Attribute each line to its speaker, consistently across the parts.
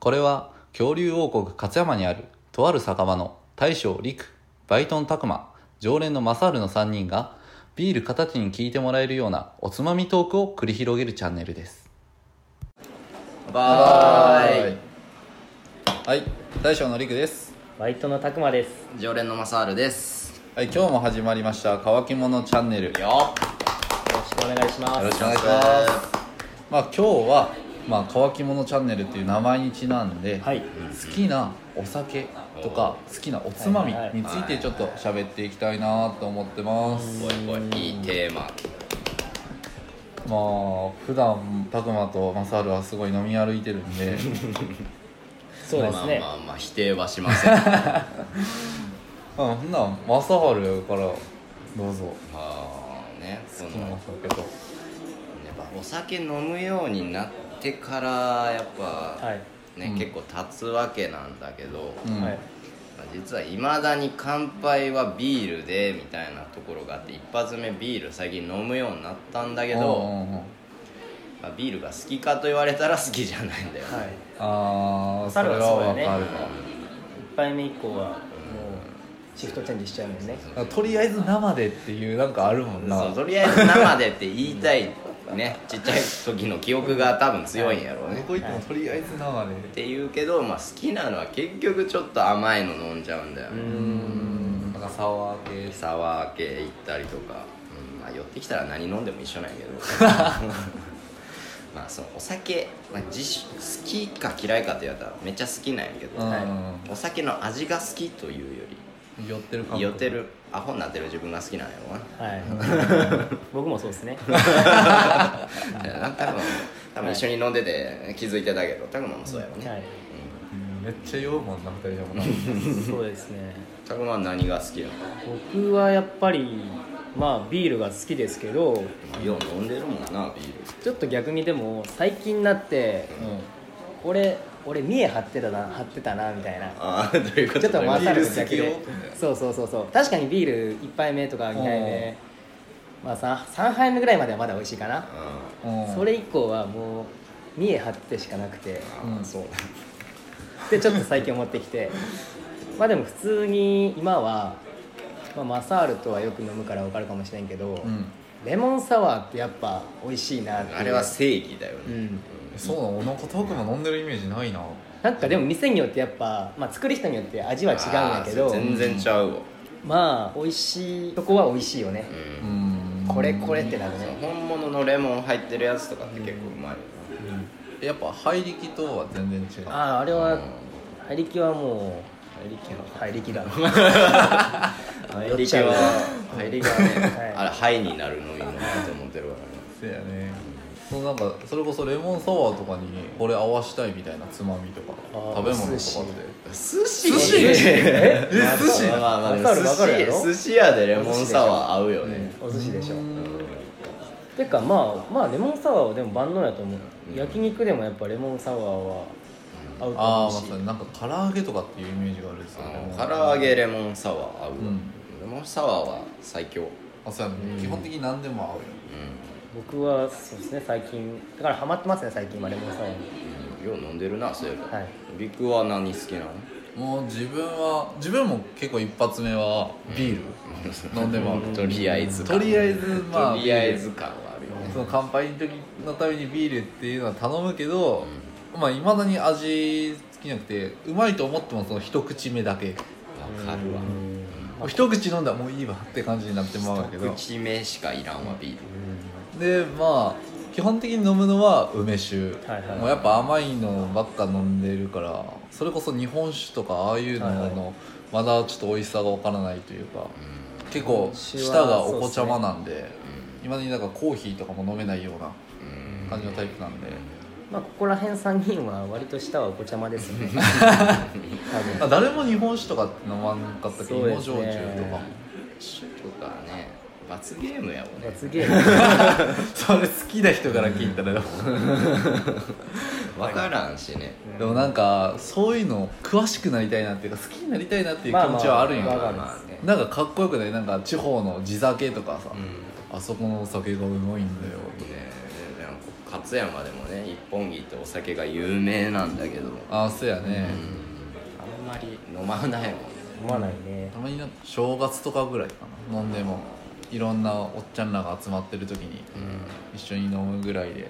Speaker 1: これは恐竜王国勝山にあるとある酒場の大将陸バイトン拓磨常連のマサールの3人がビール形に聞いてもらえるようなおつまみトークを繰り広げるチャンネルですバーイはい大将の陸です
Speaker 2: バイトのたくまです
Speaker 3: 常連のマサールです
Speaker 1: はい今日も始まりました乾き物チャンネルよ
Speaker 2: よろしくお願いします
Speaker 1: よろしくお願いし
Speaker 3: お願
Speaker 1: ま
Speaker 3: いし
Speaker 1: す。まあ今日はまあ乾き物チャンネルっていう名前にちなんで、
Speaker 2: はい
Speaker 1: 好きなお酒とか好きなおつまみについてちょっと喋っていきたいなと思ってます。
Speaker 3: おいおいいいテーマ
Speaker 1: まあ普段たくまとマサールはすごい飲み歩いてるんで、
Speaker 2: そうですね、
Speaker 3: まあまあまあ否定はしませんあ
Speaker 1: うん普段マサールからどうぞ
Speaker 3: あねそ
Speaker 1: 好き
Speaker 3: の
Speaker 1: なお酒と。
Speaker 3: やっぱお酒飲むようになってからやっぱ
Speaker 2: はい、
Speaker 3: ね、
Speaker 1: うん
Speaker 3: 結構経つわけなんだけど、
Speaker 1: う
Speaker 3: ま
Speaker 1: ん
Speaker 2: はい
Speaker 3: あ実はいまだに乾杯はビールでみたいなところがあって一発目ビール最近飲むようになったんだけど、
Speaker 1: うんうんうん
Speaker 3: まあ、ビールが好きかと言われたら好きじゃないんだよね、
Speaker 2: はい、
Speaker 1: ああそ
Speaker 2: サ
Speaker 1: れ
Speaker 2: ル
Speaker 1: は
Speaker 2: はそう
Speaker 1: わか
Speaker 2: だね
Speaker 1: るわ。
Speaker 2: 1杯目以降はもうシフトチェンジしちゃうもんね
Speaker 1: なんかとりあえず生でっていうなんかあるもんな。
Speaker 3: そうとりあえず生でって言いたいね ちっちゃい時の記憶が多分強いんやろうね
Speaker 1: どこ行ってもとりあえず生で。
Speaker 3: って言うけど、まあ、好きなのは結局ちょっと甘いの飲んじゃうんだよね、
Speaker 1: うんなんかサワー系
Speaker 3: サワー系行ったりとか、うんまあ、寄ってきたら何飲んでも一緒なんやけど まあそのお酒、まあ、自主好きか嫌いかって言われたらめっちゃ好きなんやけど、
Speaker 1: うん
Speaker 3: はいお酒の味が好きというよ
Speaker 1: 寄ってる感
Speaker 3: り
Speaker 1: 覚
Speaker 3: 寄ってるアホになってる自分が好きなんやろうな
Speaker 2: はい 僕もそうですね
Speaker 3: なん か多分多分一緒に飲んでて気づいてたけど拓磨もそうやろね、
Speaker 2: はい
Speaker 1: うんめっちゃ酔うもんな二人ともな
Speaker 2: そうですね
Speaker 3: 拓磨は何が好きなの
Speaker 2: 僕はやっぱりまあビールが好きですけど
Speaker 3: よう飲んでるもんなビール
Speaker 2: ちょっと逆にでも最近になって俺俺見え張ってたな張ってたなみたいな
Speaker 3: ああどういうこと
Speaker 2: ちょっとマサル
Speaker 3: ビール
Speaker 2: の
Speaker 3: 好
Speaker 2: 逆
Speaker 3: きよ
Speaker 2: でそうそうそうそう確かにビール1杯目とか2杯目まあ 3, 3杯目ぐらいまではまだ美味しいかな、
Speaker 1: うんうん
Speaker 2: それ以降はもう見え張ってしかなくて
Speaker 3: うん
Speaker 1: うん
Speaker 3: そう
Speaker 2: でちょっと最近思って きてまあでも普通に今は、まあ、マサールとはよく飲むから分かるかもしれんけど、
Speaker 1: うん
Speaker 2: レモンサワーってやっぱ美味しいなっていう
Speaker 3: あれは正義だよ
Speaker 2: う
Speaker 3: ね、
Speaker 2: ん
Speaker 1: そうなのなんか遠くも飲んでるイメージないな
Speaker 2: なんかでも店によってやっぱ、まあ、作る人によって味は違うんだけ
Speaker 3: あ
Speaker 2: ど
Speaker 3: ー全然ちゃうわ、
Speaker 2: まあ美味しいとこは美味しいよね、
Speaker 3: うん
Speaker 1: ん
Speaker 2: これこれってなる
Speaker 3: そう
Speaker 2: ね
Speaker 3: 本物のレモン入ってるやつとかって結構うまいよ
Speaker 1: やっぱ入り気とは全然違う
Speaker 2: あああれは入り気はもう入り気は入り気だな
Speaker 3: な入
Speaker 2: 寄っ
Speaker 3: り
Speaker 2: ち
Speaker 3: 気
Speaker 2: ゃう
Speaker 3: は
Speaker 2: ね
Speaker 3: 入り気はね、
Speaker 2: はい
Speaker 3: あれハイになるのみのと思ってるからね
Speaker 1: そうやねそうなんかそれこそレモンサワーとかにこれ合わしたいみたいなつまみとか
Speaker 2: あー
Speaker 1: 食べ物とかって
Speaker 2: 寿 司
Speaker 3: 寿司
Speaker 1: 寿司
Speaker 3: え
Speaker 1: え寿司
Speaker 3: まあまあまあでも
Speaker 2: わかるわかるやろ
Speaker 3: 寿司寿司屋でレモンサワー合うよね
Speaker 2: お寿司でしょ
Speaker 1: うん
Speaker 2: てかまあまあレモンサワーはでも万能やと思う、焼肉でもやっぱレモンサワーは合うと
Speaker 1: ああま
Speaker 2: 思
Speaker 1: あ
Speaker 2: うし、
Speaker 1: そうやなんか唐揚げとかっていうイメージがあるんですよね
Speaker 3: 唐揚げレモンサワー合うわ、
Speaker 1: うん
Speaker 3: レモンサワーは最強うん
Speaker 1: あそうやね基本的に何でも合うよ
Speaker 2: 僕はそうですね最近だからハマってますね最近今レモンサワーに
Speaker 3: うんよう飲んでるなそういえば、
Speaker 2: はい
Speaker 3: ビクは何好きなの
Speaker 1: もう自分は自分も結構一発目はビール、飲んでも
Speaker 3: とりあえず
Speaker 1: とりあえずまあ
Speaker 3: とりあえず感はあるよ
Speaker 1: ビール
Speaker 3: ね
Speaker 1: その乾杯の時のためにビールっていうのは頼むけど、まあいまだに味つきなくてうまいと思ってもその一口目だけ
Speaker 3: わかるわ
Speaker 1: 一口飲んだらもういいわって感じになってまうんだけど
Speaker 3: 口目しかいらんわビール
Speaker 1: でまあ基本的に飲むのは梅酒、
Speaker 2: はいはい
Speaker 1: もうやっぱ甘いのばっか飲んでるからそれこそ日本酒とかああいうのの、
Speaker 2: はいは
Speaker 1: まだちょっと美味しさがわからないというか、結構
Speaker 2: 日本
Speaker 1: 舌
Speaker 2: 酒は
Speaker 1: がお子ちゃまなんで今になんかコーヒーとかも飲めないような
Speaker 3: うん
Speaker 1: 感じのタイプなんで、
Speaker 2: まあここら辺3人は割と下はお子ちゃまですよね多分
Speaker 1: まあ、誰も日本酒とかって飲まんかったけど、
Speaker 2: そうで
Speaker 1: 芋
Speaker 2: す
Speaker 1: 焼
Speaker 2: ね
Speaker 1: 酎とかも
Speaker 3: とかね罰ゲームやもんね
Speaker 2: 罰ゲーム
Speaker 1: それ好きな人から聞いたら
Speaker 3: 分からんしね
Speaker 1: でもなんかそういうの詳しくなりたいなっていうか好きになりたいなっていう気
Speaker 2: まあま
Speaker 1: 持
Speaker 2: あ
Speaker 1: ちはあるんよ、
Speaker 2: わかる
Speaker 3: まあね
Speaker 1: なんかかっこよくないなんか地方の地酒とかさ、
Speaker 3: うん
Speaker 1: あそこのお酒がうまいんだよとか
Speaker 3: ねでなんか勝山でもね一本木ってお酒が有名なんだけど、
Speaker 1: ああそうやね、
Speaker 3: あんまり飲まないもん
Speaker 2: 思わないね
Speaker 1: たまにな正月とかぐらいかな飲んでもいろんなおっちゃんらが集まってる時に一緒に飲むぐらいで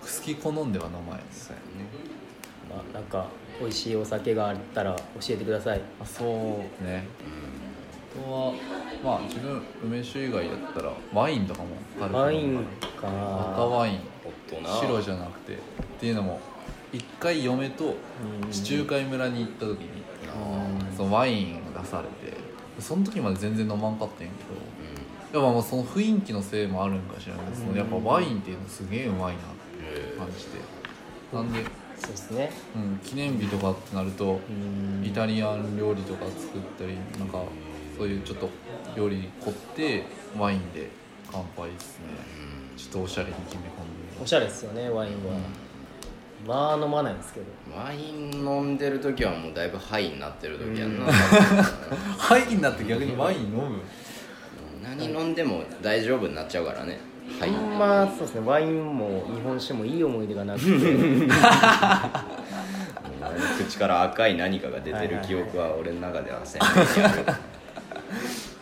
Speaker 1: 好き好んでは飲まないです
Speaker 3: そうやね
Speaker 2: まあなんか美味しいお酒があったら教えてください
Speaker 1: あそうねあとはまあ自分梅酒以外だったらワインとかも軽く
Speaker 2: ワイ
Speaker 1: 飲む
Speaker 2: ンか
Speaker 1: 赤ワイン
Speaker 3: 大人
Speaker 1: 白じゃなくてっていうのも一回嫁と地中海村に行った時にそのワインを出されてその時まで全然飲まんかったんやけどやっぱもうその雰囲気のせいもあるんかしらねそのやっぱワインっていうのすげえうまいなって感じてなんで、
Speaker 2: そうですね
Speaker 1: うん、記念日とかってなると
Speaker 2: うん
Speaker 1: イタリアン料理とか作ったりなんかそういうちょっと料理凝ってワインで乾杯ですねちょっとおしゃれに決め込んで
Speaker 2: おしゃれですよねワインは、まあ飲まないんですけど
Speaker 3: ワイン飲んでる時はもうだいぶハイになってる時やんな、
Speaker 1: ハイになって逆にワイン飲む
Speaker 3: 何飲んでも大丈夫になっちゃうからねハイ
Speaker 2: ほんまそうですねワインも日本酒もいい思い出がなくて
Speaker 3: 口から赤い何かが出てる記憶は俺の中では鮮明にある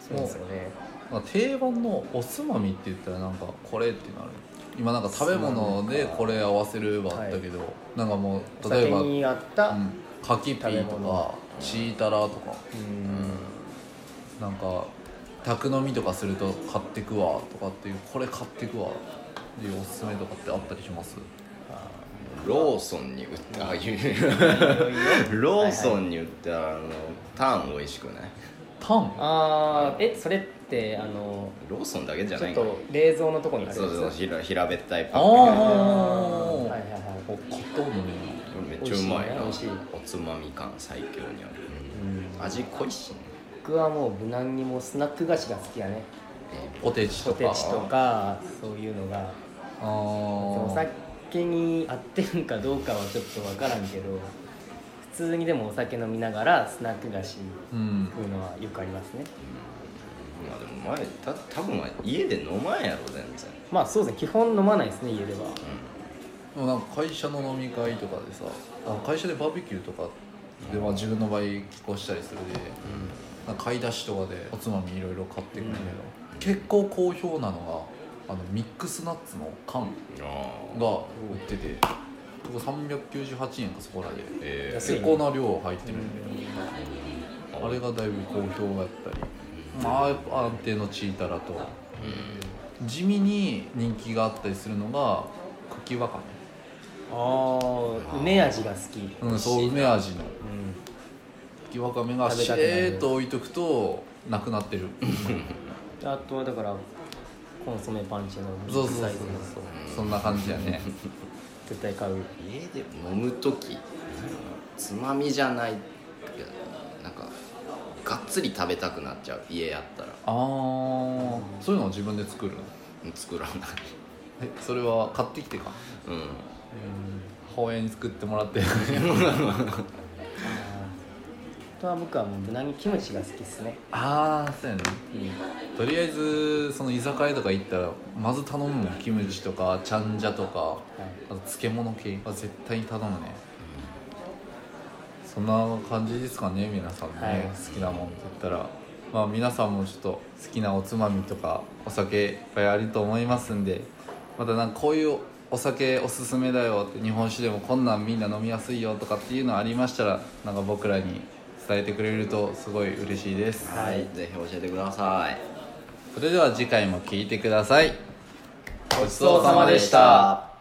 Speaker 2: そうですよね
Speaker 1: まあ定番のおつまみって言ったらなんかこれってなる今なんか食べ物でこれ合わせるはあったけど、なんかも
Speaker 2: お
Speaker 1: う例え
Speaker 2: 酒
Speaker 1: ば
Speaker 2: に合った、
Speaker 1: うん、カキピーと
Speaker 2: 食べ
Speaker 1: か
Speaker 2: 物
Speaker 1: チータラとか
Speaker 2: う
Speaker 1: な
Speaker 2: ん
Speaker 1: んか宅飲みとかすると買ってくわとかっていうこれ買ってくわっていうおすすめとかってあったりします
Speaker 3: ローソンに売ったあ言う ローソンに売ったあのターン美味しくない
Speaker 1: タン
Speaker 2: ああえそれってあの
Speaker 3: ローソンだけじゃ
Speaker 2: ち
Speaker 3: な
Speaker 2: ょっ
Speaker 3: いかな
Speaker 2: と冷蔵のとこにある
Speaker 3: そうそうひら平べったいパ
Speaker 1: あ
Speaker 3: ック
Speaker 1: ー
Speaker 2: はいはいはい
Speaker 1: お買ったことねえ
Speaker 3: でめっちゃうまいな
Speaker 2: 美味しいね
Speaker 3: おつまみ感最強にある、味濃いしね
Speaker 2: 僕はもう無難にもうスナック菓子が好きやね
Speaker 1: なポテチ
Speaker 2: ポ
Speaker 1: と
Speaker 2: テ
Speaker 1: か
Speaker 2: チとかそういうのが
Speaker 1: あ
Speaker 2: お
Speaker 1: ー
Speaker 2: 酒に合ってるんかどうかはちょっと分からんけど普通にでもお酒飲みながらスナック菓子
Speaker 1: うん
Speaker 2: 食うのはよくありますね
Speaker 3: まあでも前た多分家で飲まんやろ全然
Speaker 2: まあそうですね基本飲まないですね家では
Speaker 1: でもなんか会社の飲み会とかでさあ会社でバーベキューとかで、まあ、自分の場合寄稿したりするで、なんか買い出しとかでおつまみいろいろ買ってくるんだけど、結構好評なのがあのミックスナッツの缶
Speaker 3: ああ
Speaker 1: が売ってて、ここ398円かそこらで
Speaker 3: え
Speaker 2: 安い
Speaker 1: 結構な量入ってるんで、あれがだいぶ好評やったり、まあやっぱ安定のチータラと、地味に人気があったりするのが茎わかめ
Speaker 2: ああ梅味が好き、うん
Speaker 1: うん、そう梅味の茎わかめが
Speaker 2: 食べ
Speaker 1: し
Speaker 2: たくなる
Speaker 1: れーっと置いとくとなくなってる
Speaker 2: あとはだからコンソメパンチの
Speaker 1: そうそうそうそ
Speaker 2: サ
Speaker 1: う
Speaker 2: イズの
Speaker 1: そんな感じやね
Speaker 2: 絶対買う
Speaker 3: 家で飲む時つまみじゃないけどなんかがっつり食べたくなっちゃう家やったら
Speaker 1: ああそういうのを自分で作るの
Speaker 3: 作らない
Speaker 1: えそれは買ってきてか
Speaker 3: うん
Speaker 1: 母親に作ってもらって
Speaker 2: あとは僕はもう無難にキムチが好きですね、
Speaker 1: ああそうやね
Speaker 2: うん、
Speaker 1: とりあえずその居酒屋とか行ったらまず頼むもんキムチとかちゃんじゃとかあと漬物系は絶対に頼むねそんな感じですかね皆さんね、
Speaker 2: はい
Speaker 1: 好きなもんって言ったらまあ皆さんもちょっと好きなおつまみとかお酒いっぱいあると思いますんでまたなんかこういうお酒おすすめだよって日本酒でもこんなんみんな飲みやすいよとかっていうのありましたらなんか僕らに伝えてくれるとすごい嬉しいです
Speaker 3: はいぜひ教えてください
Speaker 1: それでは次回も聞いてくださいごち
Speaker 2: そうさまでした